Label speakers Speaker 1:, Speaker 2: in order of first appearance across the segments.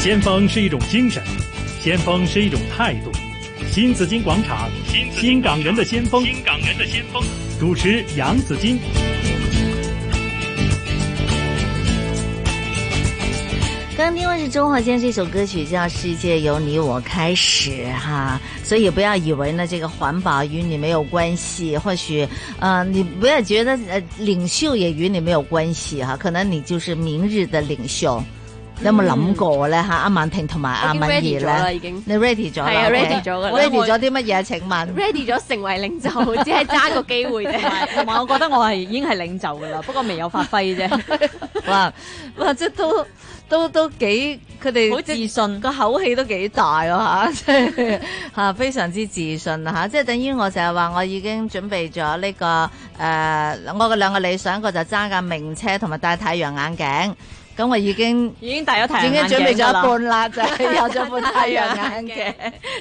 Speaker 1: 先锋是一种精神，先锋是一种态度。新紫金广场，新港人的先锋，
Speaker 2: 新港人的先锋。
Speaker 1: 主持杨紫金。
Speaker 3: 刚听的是周华健这首歌曲叫《世界由你我开始》哈，所以也不要以为呢这个环保与你没有关系，或许呃你不要觉得呃领袖也与你没有关系哈，可能你就是明日的领袖。你有冇諗過咧嚇？阿曼婷同埋阿敏儀
Speaker 4: 我已經 ready 咗啦
Speaker 3: 咧，
Speaker 4: 已經
Speaker 3: 你 ready 咗啦
Speaker 4: 係啊
Speaker 3: OK
Speaker 4: ready 咗㗎啦
Speaker 3: ，ready 咗啲乜嘢？請問
Speaker 4: ready 咗成為領袖， 只係爭個機會啫。
Speaker 5: 同埋我覺得我係已經係領袖噶啦，不過未有發揮啫，
Speaker 3: 哇哇，即係都都都幾佢哋
Speaker 5: 好
Speaker 3: 即
Speaker 5: 自
Speaker 3: 係
Speaker 5: 信。
Speaker 3: 個口氣都幾大啊 嚇，即係嚇非常之自信啊嚇，即係等於我成日話我已經準備咗呢、個誒、呃我嘅兩個理想，一個就揸架名車同埋戴太陽眼鏡，咁我已經。
Speaker 5: 已經戴咗太
Speaker 3: 已
Speaker 5: 陽
Speaker 3: 經
Speaker 5: 眼
Speaker 3: 準備咗
Speaker 5: 鏡
Speaker 3: 一
Speaker 5: 㗎啦啊
Speaker 3: 半啦，就係有咗半太陽眼鏡，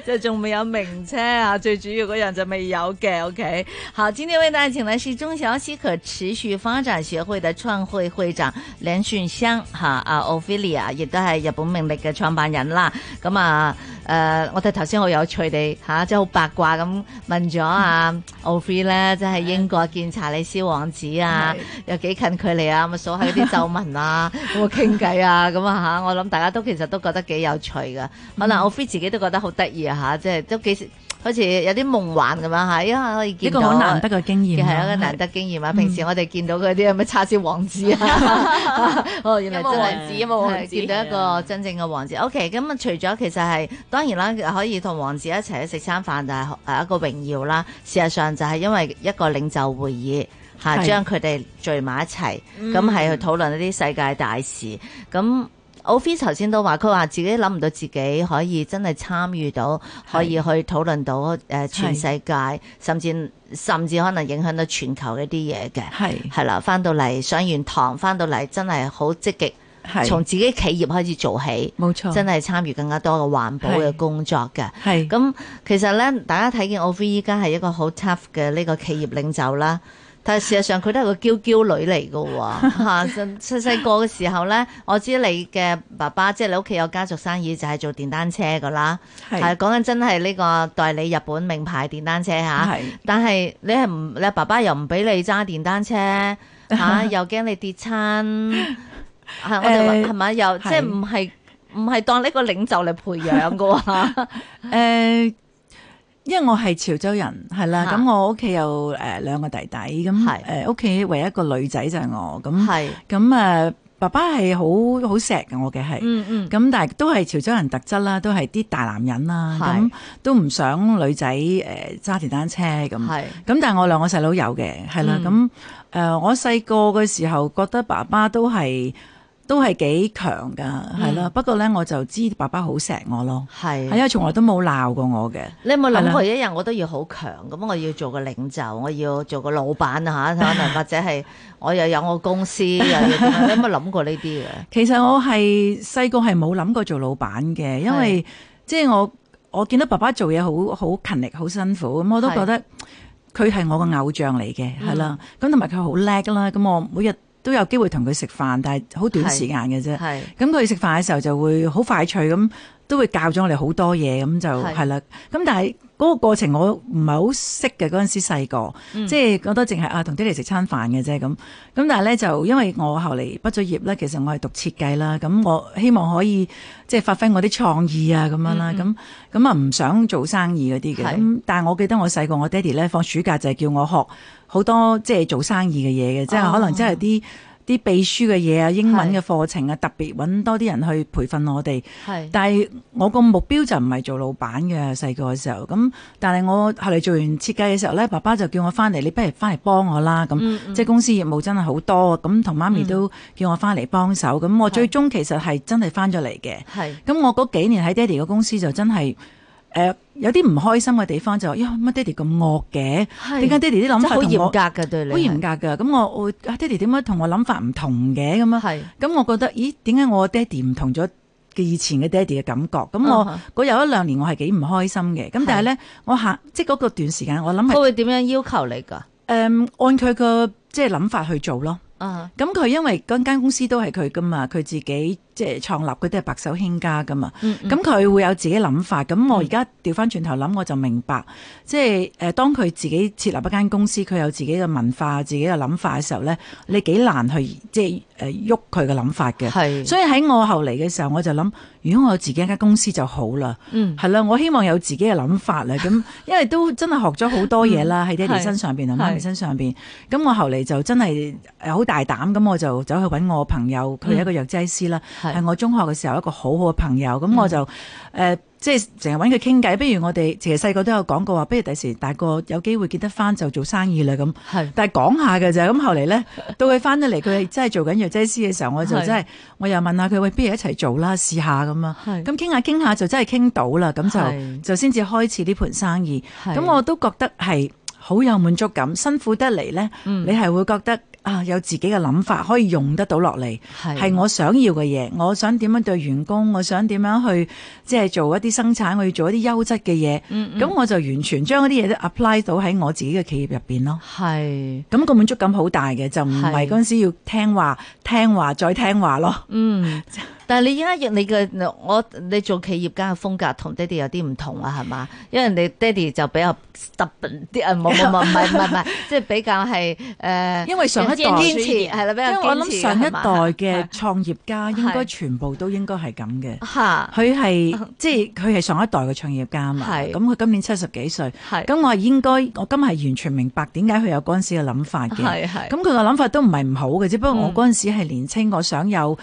Speaker 3: 就仲未有名車啊，最主要嗰樣就未有嘅。OK，好，今天為大家請來是中小企可持續發展學會的創會會長梁俊湘嚇啊 Ophelia，亦都係日本命力嘅創辦人啦。咁啊誒、我哋頭先好有趣地嚇、即係好八卦咁問咗 啊 Ophelia 咧，即係英國見查理斯王子啊。有幾近距離啊，咪數下嗰啲皺紋 啊，有冇傾偈啊，咁啊嚇，我諗大家都其實都覺得幾有趣噶，可
Speaker 6: 嗯
Speaker 3: 能我 f 自己都覺得好得意啊嚇，即係都幾好似有啲夢幻咁樣啊嚇，因為可以
Speaker 6: 呢
Speaker 3: 見
Speaker 6: 個
Speaker 3: 到
Speaker 6: 好難得嘅經驗
Speaker 3: 嘅
Speaker 6: 啊，
Speaker 3: 係一個難得經驗啊！平
Speaker 4: 嗯
Speaker 3: 時我哋見到嗰啲咁嘅叉燒王子 啊，哦，原
Speaker 4: 有
Speaker 3: 來
Speaker 4: 冇
Speaker 3: 真係
Speaker 4: 王子？有冇王
Speaker 3: 係見
Speaker 4: 子？啊
Speaker 3: 到一個真正嘅王子。OK，咁啊，除咗其實係當然啦，可以同王子一齊去食餐飯，就係誒呃一個榮耀啦。事實上就係因為一個領袖會議。嚇，
Speaker 6: 係
Speaker 3: 將佢哋聚埋一齊，
Speaker 4: 嗯
Speaker 3: 咁係去討論一啲世界大事。咁 o f i c 頭先都話，佢話自己諗唔到自己可以真係參與到，可以去討論到誒、呃全世界，甚至甚至可能影響到全球一啲嘢嘅。
Speaker 6: 係
Speaker 3: 係啦，翻到嚟上完堂，翻到嚟真係好積極。
Speaker 6: 係
Speaker 3: 從自己企業開始做起，
Speaker 6: 冇錯，
Speaker 3: 真
Speaker 6: 係
Speaker 3: 係參與更加多嘅環保嘅工作嘅。
Speaker 6: 係
Speaker 3: 咁其實咧，大家睇見 OV 依家係一個好 tough 嘅呢個企業領袖啦。但係事實上佢都係個嬌嬌女嚟㗎 喎，嚇！細細細個嘅時候咧，我知你嘅爸爸即係你屋企有家族生意就係做電單車㗎啦，係
Speaker 6: 係
Speaker 3: 講緊真係呢個代理日本名牌電單車嚇。
Speaker 6: 係
Speaker 3: 但係你係唔你爸爸又唔俾你揸電 單車嚇、啊又驚你跌親，係我哋
Speaker 6: 誒
Speaker 3: 話係咪又即係
Speaker 6: 係
Speaker 3: 唔係唔係當呢個領袖嚟培養嘅 喎？
Speaker 6: 誒。因為我係潮州人，係啦，
Speaker 3: 嚇
Speaker 6: 咁我屋企有誒兩個弟弟，
Speaker 3: 係
Speaker 6: 咁誒屋企唯一一個女仔就嗯係我，咁
Speaker 3: 係，
Speaker 6: 咁誒爸爸係好好錫我嘅係，
Speaker 3: 嗯嗯，
Speaker 6: 咁但係都係潮州人特質啦，都係啲大男人啦，
Speaker 3: 係
Speaker 6: 咁都唔想女仔誒揸電單車咁。
Speaker 3: 係
Speaker 6: 咁但係我兩個細佬有嘅，係啦。咁
Speaker 3: 嗯
Speaker 6: 誒、呃我細個嘅時候覺得爸爸都係都係幾強㗎，係
Speaker 3: 嗯
Speaker 6: 啦。不過咧，我就知爸爸好錫我咯，係因
Speaker 3: 係。
Speaker 6: 為從來都冇鬧過我嘅。
Speaker 3: 你有冇諗
Speaker 6: 係
Speaker 3: 過
Speaker 6: 啦
Speaker 3: 一日我都要好強咁？我要做個領袖，我要做個老闆啊 嚇，可能或者係 我又有我公司，又要點樣？你有冇諗過呢 啲嘅？
Speaker 6: 其實我係細個係冇諗過做老闆嘅，因為即係我我見到爸爸做嘢好好勤力、好辛苦，咁我都
Speaker 3: 係
Speaker 6: 覺得佢係我個偶像嚟嘅，係啦。
Speaker 3: 嗯
Speaker 6: 咁同埋佢好叻啦，咁我每日都有機會同佢食飯，但係好短
Speaker 3: 係
Speaker 6: 時間嘅啫。
Speaker 3: 係
Speaker 6: 咁佢食飯嘅時候就會好快脆咁，都會教咗我哋好多嘢，咁就
Speaker 3: 係
Speaker 6: 係啦。咁但係嗰個過程我唔係好識嘅，嗰陣時細個，
Speaker 3: 嗯
Speaker 6: 即係覺得淨係啊同爹哋食餐飯嘅啫咁。咁但係咧就因為我後嚟畢咗業咧，其實我係讀設計啦，咁我希望可以即係發揮我啲創意啊咁樣啦，咁咁啊唔想做生意嗰啲
Speaker 3: 嗯
Speaker 6: 嘅。
Speaker 3: 係
Speaker 6: 咁但係我記得我細個我爹哋咧放暑假就係叫我學好多即係做生意嘅嘢嘅，即
Speaker 3: 哦
Speaker 6: 係可能真係啲。啲秘書嘅嘢啊，英文嘅課程啊，特別揾多啲人去培訓我哋。
Speaker 3: 係
Speaker 6: 但係我個目標就唔係做老闆嘅，細個嘅時候。咁但係我後嚟做完設計嘅時候咧，爸爸就叫我翻嚟，你不如翻嚟幫我啦。咁、
Speaker 3: 嗯
Speaker 6: 即係公司業務真係好多，咁同媽咪都叫我翻嚟幫手。咁、我最終其實係真係翻咗嚟嘅。
Speaker 3: 係
Speaker 6: 咁我嗰幾年喺爹哋嘅公司就真係誒、呃有啲唔開心嘅地方就哎話，呀乜爹哋咁惡嘅？
Speaker 3: 係
Speaker 6: 點解爹哋啲諗
Speaker 3: 真係
Speaker 6: 法
Speaker 3: 好
Speaker 6: 同我
Speaker 3: 嚴格嘅對你
Speaker 6: 好
Speaker 3: 係，
Speaker 6: 嚴格㗎，咁我我啊爹哋點解同我諗法唔同嘅咁樣？
Speaker 3: 係
Speaker 6: 咁我覺得，咦點解我爹哋唔同咗嘅以前嘅爹哋嘅感覺？咁
Speaker 3: 嗯
Speaker 6: 我
Speaker 3: 哼
Speaker 6: 嗰有一兩年我係幾唔開心嘅，咁但係咧，我下即係嗰個段時間，我諗
Speaker 3: 佢
Speaker 6: 係嗯
Speaker 3: 會點樣要求你㗎？
Speaker 6: 誒按佢個即係諗法去做咯。
Speaker 3: 啊，
Speaker 6: 咁佢因為嗰間公司都係佢噶嘛，佢自己即係創立嗰啲係白手興家噶嘛，
Speaker 3: 嗯
Speaker 6: 咁佢、會有自己諗法。咁我而家調翻轉頭諗，我就明白，即係誒、呃、當佢自己設立一間公司，佢有自己嘅文化、自己嘅諗法嘅時候咧，你幾難去即係誒喐佢嘅諗法嘅。
Speaker 3: 嗯係，
Speaker 6: 所以喺我後嚟嘅時候，我就諗，如果我有自己一間公司就好啦，
Speaker 3: 嗯
Speaker 6: 係啦、我希望有自己嘅諗法啦。咁 因為都真係學咗好多嘢啦，喺爹哋
Speaker 3: 嗯係
Speaker 6: 身上邊啊，
Speaker 3: 係
Speaker 6: 媽咪身上邊。咁我後嚟就真係誒好大膽，咁我就走去揾我朋友，佢係一個藥劑師啦，
Speaker 3: 嗯係嗯
Speaker 6: 係、我中學嘅時候一個好好嘅朋友。咁我就誒。呃即係成日揾佢傾偈，不如我哋其實細個都有講過話，不如第時大個有機會結得翻就做生意啦咁。
Speaker 3: 係
Speaker 6: 但係講下嘅咋，咁後嚟 咧，到佢翻咗嚟，佢係真係做緊藥劑師嘅時候，我就
Speaker 3: 係
Speaker 6: 真係我又問下佢，喂，不如一齊做啦，試下咁啊。
Speaker 3: 係
Speaker 6: 咁傾下傾下就真係傾到啦，咁
Speaker 3: 係
Speaker 6: 就就先至開始呢盤生意。
Speaker 3: 係
Speaker 6: 咁我都覺得係好有滿足感，辛苦得嚟咧，
Speaker 3: 嗯
Speaker 6: 你係會覺得啊有自己嘅諗法可以用得到落嚟。
Speaker 3: 係
Speaker 6: 係我想要嘅嘢，我想點樣對員工，我想點樣去即係做一啲生產，我要做一啲優質嘅嘢。咁、
Speaker 3: 嗯
Speaker 6: 我就完全將嗰啲嘢都 apply 到喺我自己嘅企業入邊咯。
Speaker 3: 係，
Speaker 6: 咁個滿足感好大嘅，就唔
Speaker 3: 係
Speaker 6: 係嗰陣時要聽話、聽話再聽話咯。
Speaker 3: 嗯， 但係你而家你嘅我你做企業家嘅風格同爹哋有啲唔同啊，係嘛？因為你爹哋就比較 stubborn 啲 啊，冇冇冇，唔係唔係唔係，即係比較係誒，
Speaker 6: 因為上一代
Speaker 3: 堅持係啦，比
Speaker 6: 因
Speaker 3: 較堅
Speaker 6: 為我
Speaker 3: 持啊
Speaker 6: 諗上一
Speaker 3: 係
Speaker 6: 代
Speaker 3: 嘛
Speaker 6: 嘅創業家應
Speaker 3: 係嗯
Speaker 6: 該全部都應該係咁嘅。
Speaker 3: 嚇
Speaker 6: 佢係即係佢係上一代嘅創業家嘛，
Speaker 3: 嗯係
Speaker 6: 咁佢今年七十幾歲，
Speaker 3: 係
Speaker 6: 咁我係應該，我今日係完全明白點解佢有嗰陣時嘅諗法嘅。
Speaker 3: 係係嗯
Speaker 6: 咁佢個諗法都唔係唔好嘅，只不過我嗰陣時係年青，我想有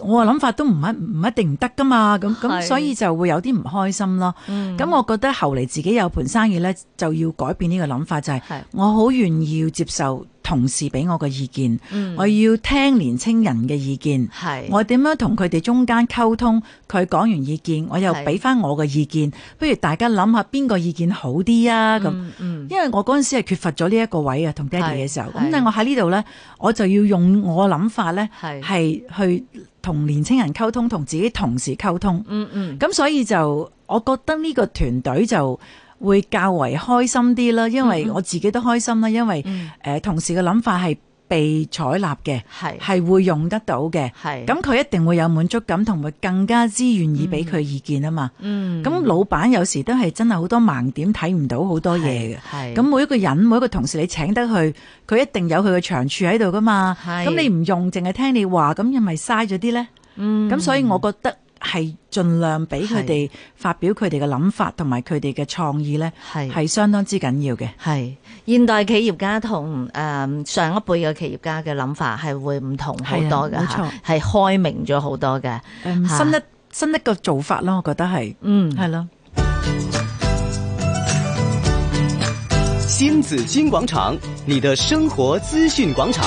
Speaker 6: 我嘅諗法都唔一唔一定唔得噶嘛，咁
Speaker 3: 係
Speaker 6: 咁所以就會有啲唔開心咯。咁、
Speaker 3: 嗯
Speaker 6: 我覺得後嚟自己有盤生意咧，就要改變呢個諗法，就係、
Speaker 3: 係
Speaker 6: 我好願意要接受同事俾我嘅意見，
Speaker 3: 嗯
Speaker 6: 我要聽年青人嘅意見。
Speaker 3: 係
Speaker 6: 我點樣同佢哋中間溝通？佢講完意見，我又
Speaker 3: 係
Speaker 6: 俾翻我嘅意見。不如大家諗下邊個意見好啲啊？咁、
Speaker 3: 嗯嗯
Speaker 6: 因為我嗰陣時係缺乏咗呢一個位啊，同爹哋
Speaker 3: 係
Speaker 6: 嘅時候。
Speaker 3: 係
Speaker 6: 咁但係我喺呢度咧，我就要用我諗法咧，
Speaker 3: 係
Speaker 6: 係去同年青人溝通，同自己同事溝通。
Speaker 3: 嗯嗯
Speaker 6: 咁所以就我覺得呢個團隊就會較為開心啲啦，因為我自己都開心啦，因為誒、
Speaker 3: 嗯
Speaker 6: 呃同事嘅諗法係被採納嘅，
Speaker 3: 係
Speaker 6: 係會用得到嘅。
Speaker 3: 係
Speaker 6: 咁佢一定會有滿足感，同埋更加之願意俾佢意見啊嘛。
Speaker 3: 嗯
Speaker 6: 咁、老闆有時都係真係好多盲點睇唔到好多嘢嘅。
Speaker 3: 係
Speaker 6: 咁每一個人每一個同事你請得佢，佢一定有佢嘅長處喺度噶嘛。
Speaker 3: 係
Speaker 6: 咁你唔用，淨係聽你話，咁又咪嘥咗啲呢？
Speaker 3: 嗯
Speaker 6: 咁所以我覺得係盡量俾佢哋發表佢哋嘅諗法同埋佢哋嘅創意呢，
Speaker 3: 係
Speaker 6: 係相當之緊要嘅。
Speaker 3: 係現代企業家同誒、嗯上一輩嘅企業家嘅諗法係會唔同好多嘅
Speaker 6: 係啊冇
Speaker 3: 嚇
Speaker 6: 錯，
Speaker 3: 係開明咗好多嘅。
Speaker 6: 嗯
Speaker 3: 嚇
Speaker 6: 新一新一個做法咯，我覺得係
Speaker 3: 嗯，
Speaker 6: 係咯。
Speaker 2: 新紫金广场，你的生活资讯广场。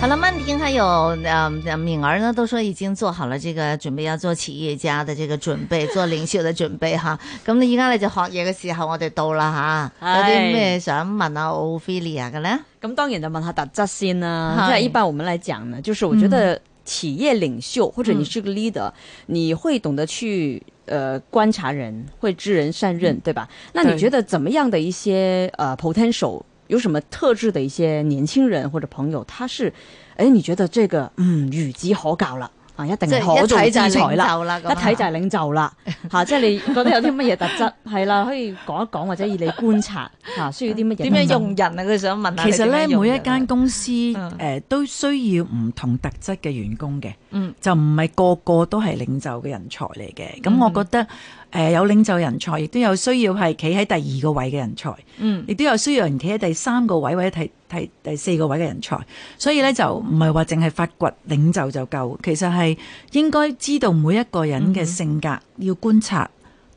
Speaker 3: 好了，曼婷还有呃敏儿呢，都说已经做好了这个准备，要做企业家的这个准备，做領袖嘅準備 吓。咁你而家你就學嘢嘅時候，我哋到啦吓，有啲
Speaker 5: 係
Speaker 3: 咩想問啊 Ophelia 嘅咧？
Speaker 5: 咁當然就問下特質先啦。
Speaker 3: 嗨
Speaker 5: 即係一般我們來講呢，就是我覺得
Speaker 3: 嗯
Speaker 5: 企業領袖、或者你是個 leader，、你會懂得去呃觀察人，會知人善任，
Speaker 3: 嗯
Speaker 5: 對吧？那你
Speaker 6: 對
Speaker 5: 覺得怎麼樣的一些呃 potential，有什麼特質的一些年輕人或者朋友，他是誒你覺得這個嗯孺子可教啦，啊一定
Speaker 3: 即係
Speaker 5: 係可造
Speaker 3: 一睇就係
Speaker 5: 之材
Speaker 3: 領
Speaker 5: 啦。
Speaker 3: 袖啦，咁啊
Speaker 5: 一睇就係領袖啦， 嚇、即係你覺得有啲乜嘢特質係啦，可以講一講，或者以你觀察嚇、需要啲乜嘢
Speaker 3: 點樣
Speaker 5: 特質
Speaker 3: 用人啊？佢想問下
Speaker 6: 其實咧，
Speaker 3: 你點樣用
Speaker 6: 每
Speaker 3: 人
Speaker 6: 一
Speaker 3: 啊
Speaker 6: 間公司誒、
Speaker 3: 嗯
Speaker 6: 呃都需要唔同特質嘅員工嘅，
Speaker 3: 嗯
Speaker 6: 就唔係個個都係領袖嘅人才嚟嘅。咁我覺得誒、呃有領袖人才，亦都有需要係企喺第二個位嘅人才，
Speaker 3: 嗯
Speaker 6: 亦都有需要人企喺第三個位或者第第第四個位嘅人才。所以咧就唔係話淨係發掘領袖就夠，其實係應該知道每一個人
Speaker 3: 嗯
Speaker 6: 嘅性格，要觀察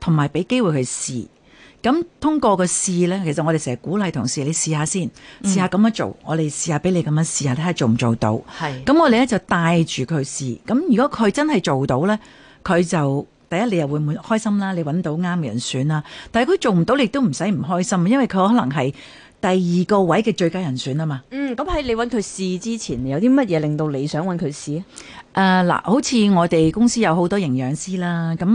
Speaker 6: 同埋俾機會去試。咁通過個試呢，其實我哋成日鼓勵同事，你試下先，試下咁樣做，我哋試下俾你咁樣試下，睇下做唔做到。
Speaker 3: 係
Speaker 6: 咁我哋咧就帶住佢試。咁如果佢真係做到呢，佢就第一你又會滿開心啦，你揾到啱嘅人選啦。但係佢做唔到，你都唔使唔開心，因為佢可能係第二個位嘅最佳人選啊嘛。
Speaker 5: 嗯，咁喺你揾佢試之前，有啲乜嘢令到你想揾佢試啊？
Speaker 6: 呃誒嗱、好似我哋公司有好多營養師啦，咁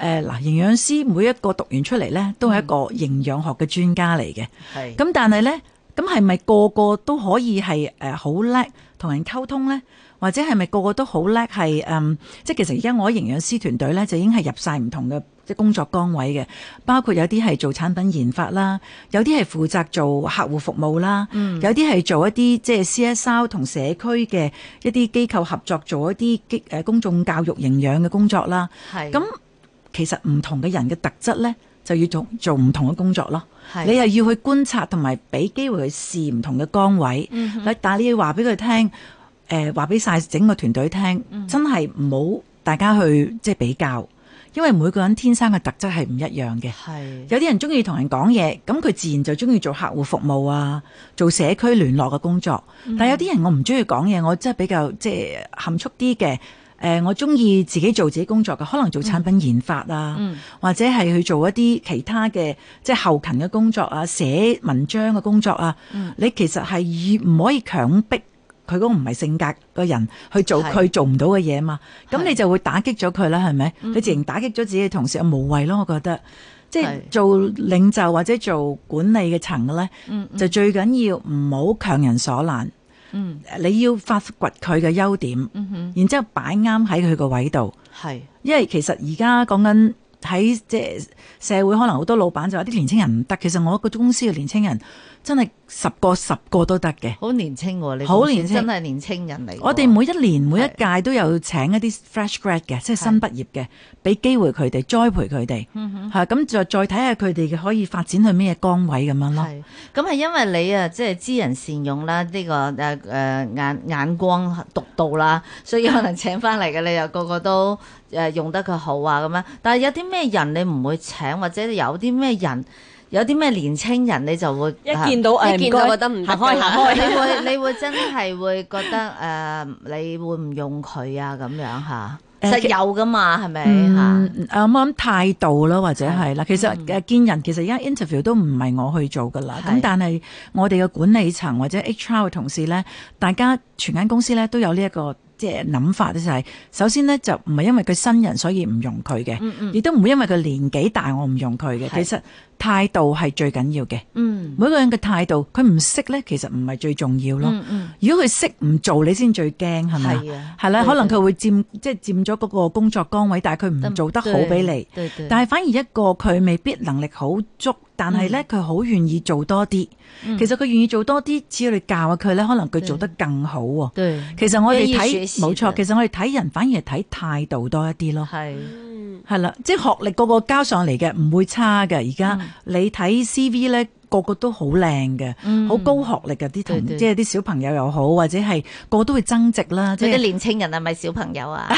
Speaker 6: 誒嗱，營養嗯師每一個讀完出嚟咧，都係一個營養學嘅專家嚟嘅。
Speaker 3: 係
Speaker 6: 咁但係咧，咁係咪個個都可以係誒好叻同人溝通咧？或者係咪個個都好叻係誒？即係其實而家我喺營養師團隊咧，就已經係入晒唔同嘅。即係工作崗位嘅，包括有啲係做產品研發啦，有啲係負責做客戶服務啦，有啲係做一啲即係 CSR 同社區嘅一啲機構合作，做一啲激誒公眾教育營養嘅工作啦。
Speaker 3: 係
Speaker 6: 咁其實唔同嘅人嘅特質咧，就要做做唔同嘅工作咯。
Speaker 3: 係
Speaker 6: 你又要去觀察同埋俾機會去試唔同嘅崗位，但係你要話俾佢聽，誒話俾晒整個團隊聽，真係唔好大家去即係比較，因為每個人天生嘅特質係唔一樣嘅。
Speaker 3: 係
Speaker 6: 有啲人中意同人講嘢，咁佢自然就中意做客戶服務啊，做社區聯絡嘅工作。
Speaker 3: 嗯
Speaker 6: 但有啲人我唔中意講嘢，我真係比較即係含蓄啲嘅。誒、我中意自己做自己工作嘅，可能做產品研發啊，
Speaker 3: 嗯
Speaker 6: 或者係去做一啲其他嘅即係後勤嘅工作啊，寫文章嘅工作啊。
Speaker 3: 嗯
Speaker 6: 你其實係以唔可以強迫佢嗰個唔係性格嘅人去做
Speaker 3: 係
Speaker 6: 佢做唔到嘅嘢嘛。咁
Speaker 3: 係嗯
Speaker 6: 你就會打擊咗佢啦，係咪？你自然打擊咗自己嘅同事，無謂咯，我覺得。即係
Speaker 3: 係
Speaker 6: 做領袖或者做管理嘅層咧，就最緊要唔好強人所難。
Speaker 3: 嗯
Speaker 6: 你要發掘佢嘅優點，然之後擺啱喺佢個位度。
Speaker 3: 係
Speaker 6: 因為其實而家講緊喺即係社會，可能好多老闆就話啲年青人唔得。其實我一個公司嘅年青人真係十個十個都得嘅。
Speaker 3: 好年青喎，你
Speaker 6: 好年青
Speaker 3: 真係年青人嚟喎。
Speaker 6: 我哋每一年每一屆都有請一啲 fresh grad 嘅，即係新畢業嘅，俾機會佢哋栽培佢哋，嚇咁就再睇下佢哋嘅可以發展去咩崗位咁樣咯。
Speaker 3: 係咁係因為你啊，即係知人善用啦，呢、個誒誒、呃眼眼光獨到啦，所以可能請翻嚟嘅你又個個都誒、呃用得佢好啊咁樣。但係有啲咩人你唔會請，或者有啲咩人，有啲咩年青人你就會啊
Speaker 5: 一見到
Speaker 6: 哎
Speaker 5: 誒
Speaker 4: 一見到
Speaker 5: 唔該
Speaker 4: 覺
Speaker 3: 哎
Speaker 4: 得唔得
Speaker 5: 行開
Speaker 4: 㗎啦
Speaker 5: 行開，
Speaker 3: 你會你會真係會覺得誒、呃你會唔用佢啊咁樣嚇？
Speaker 6: 誒
Speaker 3: 實
Speaker 6: 其
Speaker 3: 有噶嘛，係咪嚇？
Speaker 6: 嗯，啊我諗態度啦，或者係啦，其實誒見人其實而家 interview 都唔係我去做噶啦，
Speaker 3: 係
Speaker 6: 咁但係我哋嘅管理層或者 HR 嘅同事咧，大家全間公司咧都有呢一個即係諗法咧，就係首先咧就唔係因為佢新人所以唔用佢嘅，
Speaker 3: 嗯
Speaker 6: 亦都唔會因為佢年紀大我唔用佢嘅，
Speaker 3: 係
Speaker 6: 其實態度係最緊要嘅。
Speaker 3: 嗯
Speaker 6: 每個人嘅態度，佢唔識咧，其實唔係最重要咯。
Speaker 3: 嗯嗯，
Speaker 6: 如果佢識唔做，你先最驚係咪啊？
Speaker 3: 係啊
Speaker 6: 係啦，
Speaker 3: 對
Speaker 6: 可能佢會佔即係佔咗嗰個工作崗位，但係佢唔嗯做得好俾你。
Speaker 3: 對對
Speaker 6: 但係反而一個佢未必能力好足，但
Speaker 3: 嗯
Speaker 6: 係咧佢好願意做多啲。其實佢願意做多啲，只要你教下佢咧，可能佢做得更好喎。
Speaker 3: 對
Speaker 6: 其實我哋
Speaker 3: 願意學
Speaker 6: 睇
Speaker 3: 習
Speaker 6: 冇錯，
Speaker 3: 嘅
Speaker 6: 其實我哋睇人反而係睇態度多一啲咯。
Speaker 3: 係
Speaker 4: 嗯
Speaker 6: 係啦，即係學歷個個交上嚟嘅，唔會差嘅。而家你睇 CV 咧，個個都好靚嘅，好、
Speaker 3: 嗯
Speaker 6: 高學歷嘅啲
Speaker 3: 對
Speaker 6: 同，
Speaker 3: 對
Speaker 6: 即係啲小朋友又好，或者係個個都會增值啦。即
Speaker 3: 佢哋
Speaker 6: 係
Speaker 3: 年青人係咪小朋友 啊？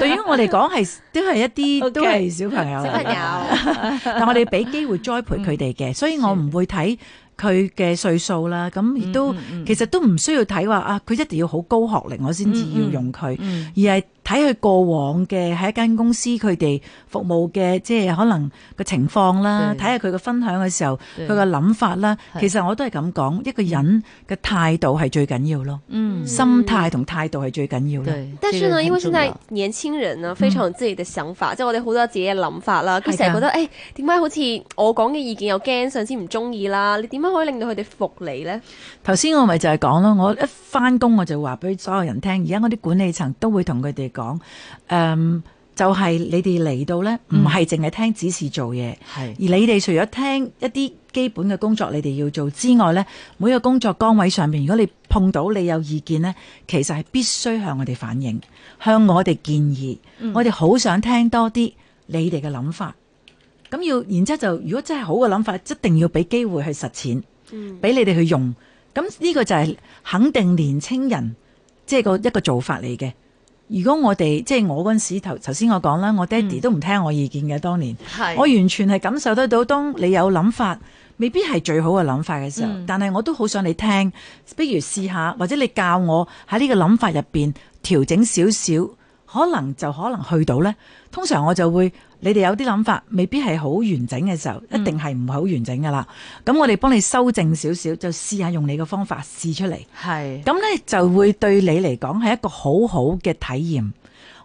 Speaker 6: 對於我嚟講係都係一啲
Speaker 3: OK，
Speaker 6: 都係小朋友嚟
Speaker 4: 小
Speaker 6: 嘅
Speaker 4: 朋友，
Speaker 6: 但我哋俾機會栽培
Speaker 3: 嗯
Speaker 6: 佢哋嘅，所以我唔會睇佢嘅歲數啦。咁
Speaker 3: 嗯
Speaker 6: 亦都其實都唔需要睇話啊，佢一定要好高學歷我先至要用佢，
Speaker 3: 嗯
Speaker 6: 而係睇佢過往嘅喺一間公司佢哋服務嘅，即係可能個情況啦，
Speaker 3: 對
Speaker 6: 睇下佢嘅分享嘅時候
Speaker 3: 對
Speaker 6: 佢嘅諗法啦。
Speaker 3: 係
Speaker 6: 其實我都係咁講，一個人嘅態度係最緊要咯，
Speaker 3: 嗯，
Speaker 6: 心態同態度係最緊要咯。
Speaker 3: 對。
Speaker 4: 但是
Speaker 3: 這個
Speaker 4: 呢，
Speaker 3: 很
Speaker 4: 因為現在
Speaker 3: 重嗯
Speaker 4: 年輕人呢，非常有自己嘅想法，即係我哋好多自己嘅諗法啦。佢
Speaker 6: 係㗎
Speaker 4: 成日覺得，誒點解好似我講嘅意見又驚上司唔中意啦？你點樣可以令到佢哋服你呢？
Speaker 6: 頭先我咪就係講咯，我一翻工我就話俾所有人聽，而家我啲管理層都會同佢哋講，誒、就係、你哋嚟到咧，唔係淨係聽指示做嘢，
Speaker 3: 係
Speaker 6: 而你哋除咗聽一啲基本嘅工作你哋要做之外咧，每個工作崗位上面，如果你碰到你有意見咧，其實係必須向我哋反映，向我哋建議，我哋好想聽多啲你哋嘅諗法。咁要，然之後就如果真係好嘅諗法，一定要俾機會去實踐，
Speaker 4: 嗯
Speaker 6: 俾、你哋去用。咁呢個就係肯定年青人即係個一個做法嚟嘅。如果我哋即係我嗰陣時頭頭先我講啦，我爹哋都唔聽我意見嘅，當年
Speaker 3: 係
Speaker 6: 我完全係感受得到，當你有諗法，未必係最好嘅諗法嘅時候，但係我都好想你聽，不如試下，或者你教我喺呢個諗法入邊調整少少，可能就可能去到呢。通常我就會，你哋有啲諗法未必係好完整嘅時候，一定係唔係好完整噶啦。咁我哋幫你修正少少，就試下用你嘅方法試出嚟。
Speaker 3: 係
Speaker 6: 咁咧就會對你嚟講係一個好好嘅體驗。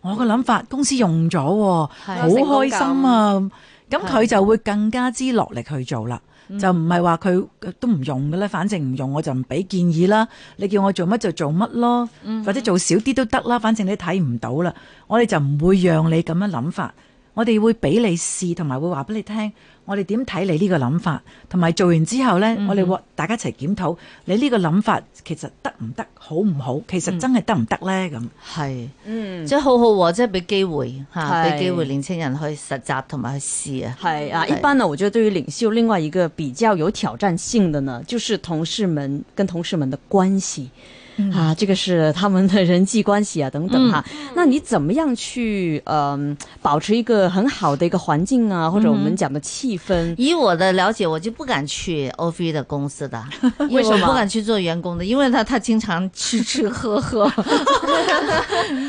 Speaker 6: 我個諗法，公司用咗喎，好
Speaker 3: 係
Speaker 6: 開心啊！咁佢就會更加之落力去做啦。就唔係話佢呃都唔用嘅啦，反正唔用我就唔俾建議啦。你叫我做乜就做乜咯，或者做少啲都得啦，反正你睇唔到啦，我哋就唔會讓你咁樣諗法。我哋會俾你試，同埋會話俾你聽，我哋點睇你呢個諗法，同埋做完之後呢，我哋會大家一齊檢討你呢個諗法其實得唔得，好唔好，其實真係得唔得呢？咁。
Speaker 3: 係，
Speaker 5: 嗯，
Speaker 3: 即係好好喎，即係俾機會嚇，
Speaker 5: 係
Speaker 3: 俾機會年青人去實習同埋去試啊。
Speaker 5: 系
Speaker 4: 嗯
Speaker 5: 啊，一般呢，我觉得对于领袖，另外一个比较有挑战性的呢，就是同事们跟同事们的关系。
Speaker 4: 嗯
Speaker 5: 啊，这个是他们的人际关系啊，等等哈。那你怎么样去嗯、保持一个很好的一个环境
Speaker 4: 嗯
Speaker 5: 啊，或者我们讲的气氛？
Speaker 3: 以我的了解，我就不敢去 O V 的公司 的，因为我不敢去做员工的，因为他他经常吃吃喝喝，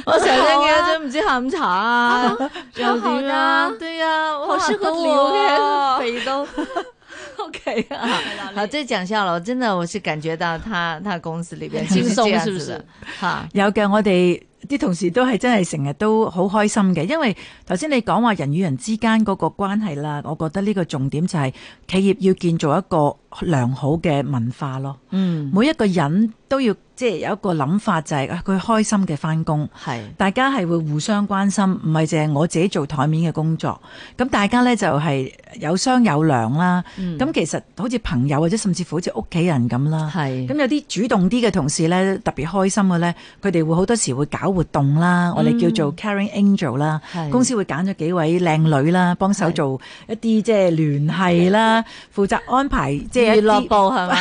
Speaker 3: 我成日都記得唔知下午茶 啊，又點啊，對啊，我
Speaker 4: 好適合
Speaker 3: 我
Speaker 4: 聊天
Speaker 3: 肥都。OK 啊，好，这讲笑了，我真的我是感觉到他他公司里 边
Speaker 4: 很
Speaker 3: 就是
Speaker 4: 轻松
Speaker 3: 这样
Speaker 4: 是不
Speaker 3: 子的
Speaker 4: 是？
Speaker 3: 哈，
Speaker 6: 有嘅，我哋啲同事都係真係成日都好開心嘅，因為頭先你講話人與人之間嗰個關係啦，我覺得呢個重點就係企業要建造一個良好嘅文化咯。
Speaker 3: 嗯，
Speaker 6: 每一個人都要即係有一個諗法，就係啊佢開心嘅翻工。
Speaker 3: 係。
Speaker 6: 大家係會互相關心，唔係淨係我自己做台面嘅工作。咁大家呢就係有商有量啦。咁、其實好似朋友或者甚至乎好似屋企人咁啦。
Speaker 3: 係
Speaker 6: 咁有啲主動啲嘅同事呢，特別開心嘅呢，佢哋會好多時會搞活動啦，我哋叫做 Caring Angel 啦
Speaker 3: 嗯係。
Speaker 6: 公司會揀咗幾位靚女啦，幫手做一啲即係聯繫啦，負責安排即係
Speaker 3: 娛
Speaker 6: 一啲
Speaker 3: 樂部係 嘛？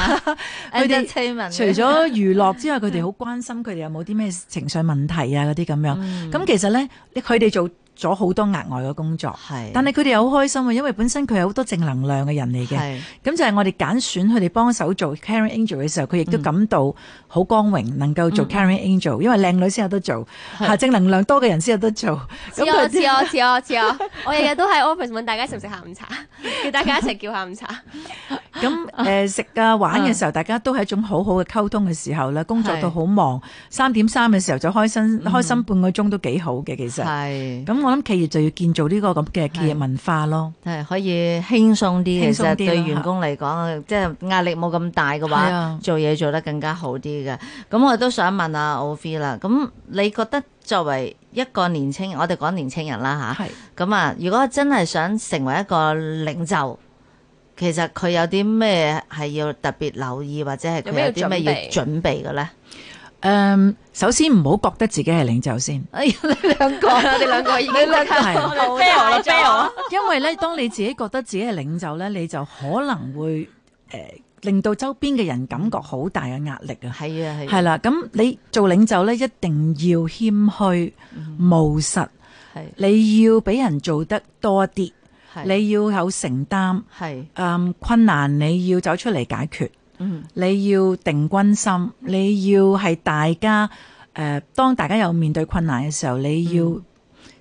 Speaker 6: 佢哋
Speaker 3: Entertainment
Speaker 6: 除咗娛樂之外，佢哋好關心佢哋有冇啲咩情緒問題啊嗰啲咁樣。
Speaker 3: 嗯
Speaker 6: 咁、其實咧，佢哋做咗好多額外嘅工作，
Speaker 3: 係
Speaker 6: 但係佢哋又好開心啊，因為本身佢係好多正能量嘅人嚟嘅。
Speaker 3: 係
Speaker 6: 咁就係我哋揀選佢哋幫手做 Caring Angel 嘅時候，佢亦都感到好光榮，能夠做 Caring Angel，因為靚女先有得做，嚇正能量多嘅人先有得做。 咁
Speaker 4: 似我
Speaker 6: 佢
Speaker 4: 似我似我似 我，啊我日日都喺 office 問大家食唔食下午茶， 叫大家一齊叫下午茶。
Speaker 6: 咁誒食啊玩嘅時候，大家都係一種好好嘅溝通嘅時候啦。工作到好忙，三點三嘅時候就開心，開心半個鐘都幾好嘅其實。
Speaker 3: 係
Speaker 6: 咁我諗企業就要建造呢個咁嘅企業文化咯。
Speaker 3: 係可以輕鬆啲，其
Speaker 6: 輕鬆
Speaker 3: 實
Speaker 6: 啲咯
Speaker 3: 對員工嚟講，即係壓力冇咁大嘅
Speaker 6: 係
Speaker 3: 話
Speaker 6: 啊，
Speaker 3: 做嘢做得更加好啲嘅。咁我都想問阿 O V 啦，咁你覺得作為一個年青人，我哋講年青人啦
Speaker 6: 係
Speaker 3: 吓，咁啊，如果真係想成為一個領袖，其實佢有啲咩係要特別留意，或者係
Speaker 4: 有
Speaker 3: 佢
Speaker 4: 咩
Speaker 3: 有啲咩要
Speaker 4: 要準備
Speaker 3: 準備嘅咧？
Speaker 6: 誒，首先唔好覺得自己係領袖先。
Speaker 3: 哎呀，你兩個，
Speaker 4: 我哋兩個已經
Speaker 6: 係
Speaker 4: 我哋
Speaker 5: 啊
Speaker 4: fail 啦 fail 啊啦
Speaker 6: 因為咧，當你自己覺得自己係領袖咧，你就可能會誒、呃令到周邊嘅人感覺好大嘅壓力啊。
Speaker 3: 係啊，
Speaker 6: 係
Speaker 3: 係啊
Speaker 6: 啦，咁你做領袖咧，一定要謙虛、務實，
Speaker 3: 係
Speaker 6: 你要俾人做得多啲，
Speaker 3: 係
Speaker 6: 你要有承擔。
Speaker 3: 係
Speaker 6: 嗯，困難你要走出嚟解決，
Speaker 3: 嗯
Speaker 6: 你要定軍心，你要係大家誒、呃，當大家有面對困難嘅時候，你要、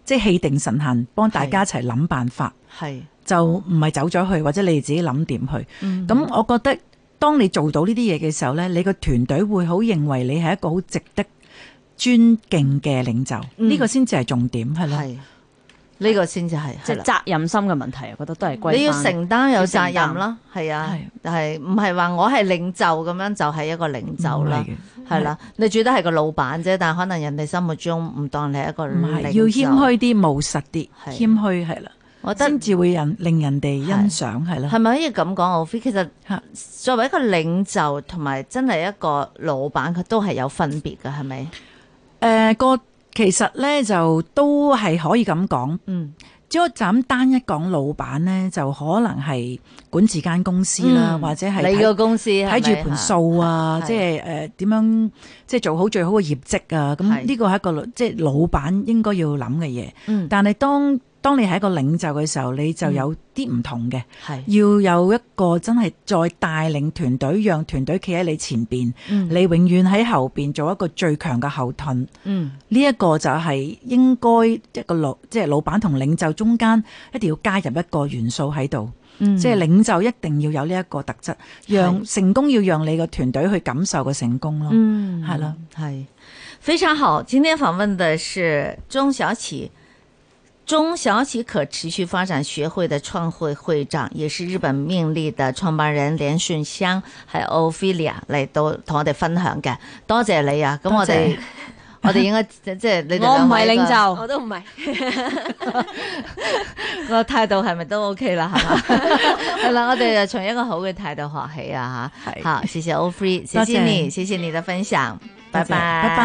Speaker 6: 即係氣定神閒，幫大家一齊諗辦法。
Speaker 3: 係
Speaker 6: 就唔係走咗去，或者你自己諗點去。咁、我覺得，當你做到呢啲嘢嘅時候呢，你個團隊會好認為你係一個好值得尊敬嘅領袖，呢、個先至係重點，係啦。
Speaker 3: 係呢個先至係
Speaker 5: 即
Speaker 3: 係
Speaker 5: 係
Speaker 3: 啦。
Speaker 5: 責任心嘅問題，我覺得都係歸
Speaker 3: 你要
Speaker 5: 返
Speaker 3: 承擔有責任啦，係啊
Speaker 6: 係，
Speaker 3: 但係唔係話我係領袖咁樣就係一個領袖啦
Speaker 6: 唔係嘅，
Speaker 3: 係啦，你最多係個老闆啫，但係可能人哋心目中唔當你係一個
Speaker 6: 唔係
Speaker 3: 領袖。
Speaker 6: 要謙，虛啲、務實啲，
Speaker 3: 係
Speaker 6: 謙虛係啦，
Speaker 3: 我覺
Speaker 6: 先
Speaker 3: 得
Speaker 6: 至會人令人哋欣賞係啦
Speaker 3: 係。咪可以咁講？奧菲其實
Speaker 6: 嚇
Speaker 3: 作為一個領袖同埋真係一個老闆，佢都係有分別嘅，係咪？
Speaker 6: 誒個、其實呢，就都係可以咁講，
Speaker 3: 嗯，
Speaker 6: 只可就咁單一講老闆呢，就可能係管治間公司啦，
Speaker 3: 嗯
Speaker 6: 或者係
Speaker 3: 你
Speaker 6: 睇
Speaker 3: 個公司係咪
Speaker 6: 睇住盤數啊，
Speaker 3: 係
Speaker 6: 即係誒點樣即係做好最好嘅業績啊，
Speaker 3: 係
Speaker 6: 咁呢個係一個即係老闆應該要諗嘅嘢。
Speaker 3: 嗯
Speaker 6: 但係當當你係一個領袖嘅時候，你就有啲唔同嘅，
Speaker 3: 係
Speaker 6: 要有一個真係再帶領團隊，讓團隊企喺你前邊，
Speaker 3: 嗯
Speaker 6: 你永遠喺後邊做一個最強嘅後盾。
Speaker 3: 嗯
Speaker 6: 呢一個就係應該一個老即係老闆同領袖中間一定要加入一個元素喺度，
Speaker 3: 嗯
Speaker 6: 即係領袖一定要有呢一個特質，讓成功要讓你個團隊去感受個成功咯。
Speaker 3: 嗯，
Speaker 6: 係啦，
Speaker 3: 係非常好。今天訪問的是中小企中小企可持续发展学会的创会会长，也是日本命力嘅創辦人連順香，係 Ophelia 嚟到同我哋分享嘅，多謝你啊！咁我哋我哋應該即即係你哋
Speaker 5: 我唔
Speaker 3: 兩
Speaker 5: 係
Speaker 3: 位
Speaker 5: 領
Speaker 3: 嘅
Speaker 5: 袖，
Speaker 4: 我都唔係，
Speaker 3: 個態度係咪都 OK 啦？係嘛，係啦，我哋就從一個好嘅態度學起啊！嚇，
Speaker 6: 係
Speaker 3: 好，謝謝 o f r e e 謝
Speaker 6: 多謝
Speaker 3: 謝你，謝謝你的分享，拜
Speaker 6: 多謝拜拜